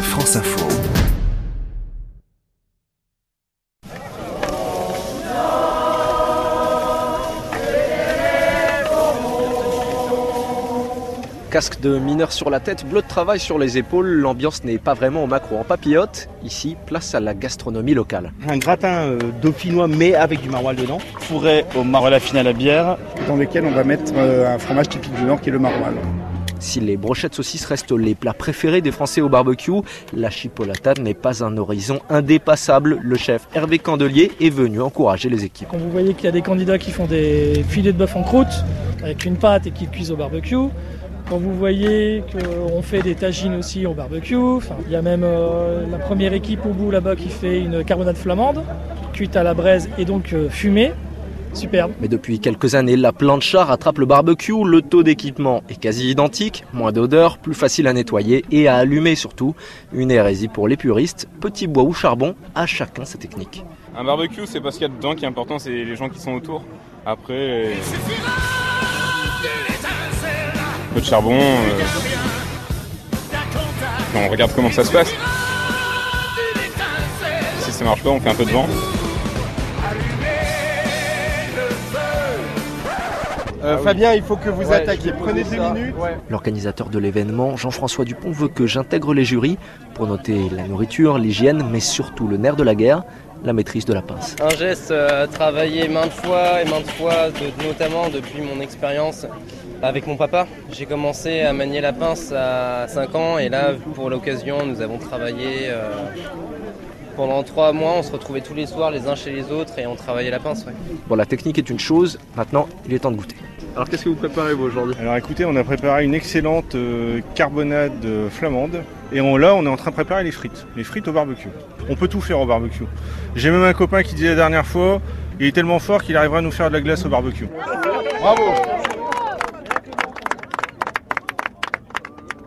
France Info. Casque de mineur sur la tête, bleu de travail sur les épaules, l'ambiance n'est pas vraiment au macro en papillote. Ici, place à la gastronomie locale. Un gratin euh, dauphinois mais avec du maroilles dedans. fourré au maroilles à à la bière. dans lesquels on va mettre euh, un fromage typique du Nord qui est le maroilles. Si les brochettes saucisses restent les plats préférés des Français au barbecue, la chipolata n'est pas un horizon indépassable. Le chef Hervé Candelier est venu encourager les équipes. Quand vous voyez qu'il y a des candidats qui font des filets de bœuf en croûte avec une pâte et qui le cuisent au barbecue, quand vous voyez qu'on fait des tagines aussi au barbecue, enfin, il y a même euh, la première équipe au bout là-bas qui fait une carbonade flamande, cuite à la braise et donc euh, fumée, superbe. Mais depuis quelques années, la plancha rattrape le barbecue. Le taux d'équipement est quasi identique, moins d'odeur, plus facile à nettoyer et à allumer surtout. Une hérésie pour les puristes, petit bois ou charbon, à chacun sa technique. Un barbecue, c'est parce qu'il y a dedans qui est important, c'est les gens qui sont autour. Après, euh, un peu de charbon, euh, on regarde comment ça se passe. Si ça marche pas, on fait un peu de vent. Fabien, il faut que vous attaquiez. Prenez deux minutes. L'organisateur de l'événement, Jean-François Dupont, veut que j'intègre les jurys pour noter la nourriture, l'hygiène, mais surtout le nerf de la guerre, la maîtrise de la pince. un geste euh, travaillé maintes fois et maintes fois, de- notamment depuis mon expérience avec mon papa. J'ai commencé à manier la pince à 5 ans et là, pour l'occasion, nous avons travaillé euh, pendant 3 mois. On se retrouvait tous les soirs les uns chez les autres et on travaillait la pince. ouais. Bon, la technique est une chose, maintenant il est temps de goûter. Alors qu'est-ce que vous préparez vous aujourd'hui Alors écoutez, on a préparé une excellente euh, carbonade euh, flamande. Et on- là, on est en train de préparer les frites. Les frites au barbecue. On peut tout faire au barbecue. J'ai même un copain qui disait la dernière fois, il est tellement fort qu'il arrivera à nous faire de la glace au barbecue. Bravo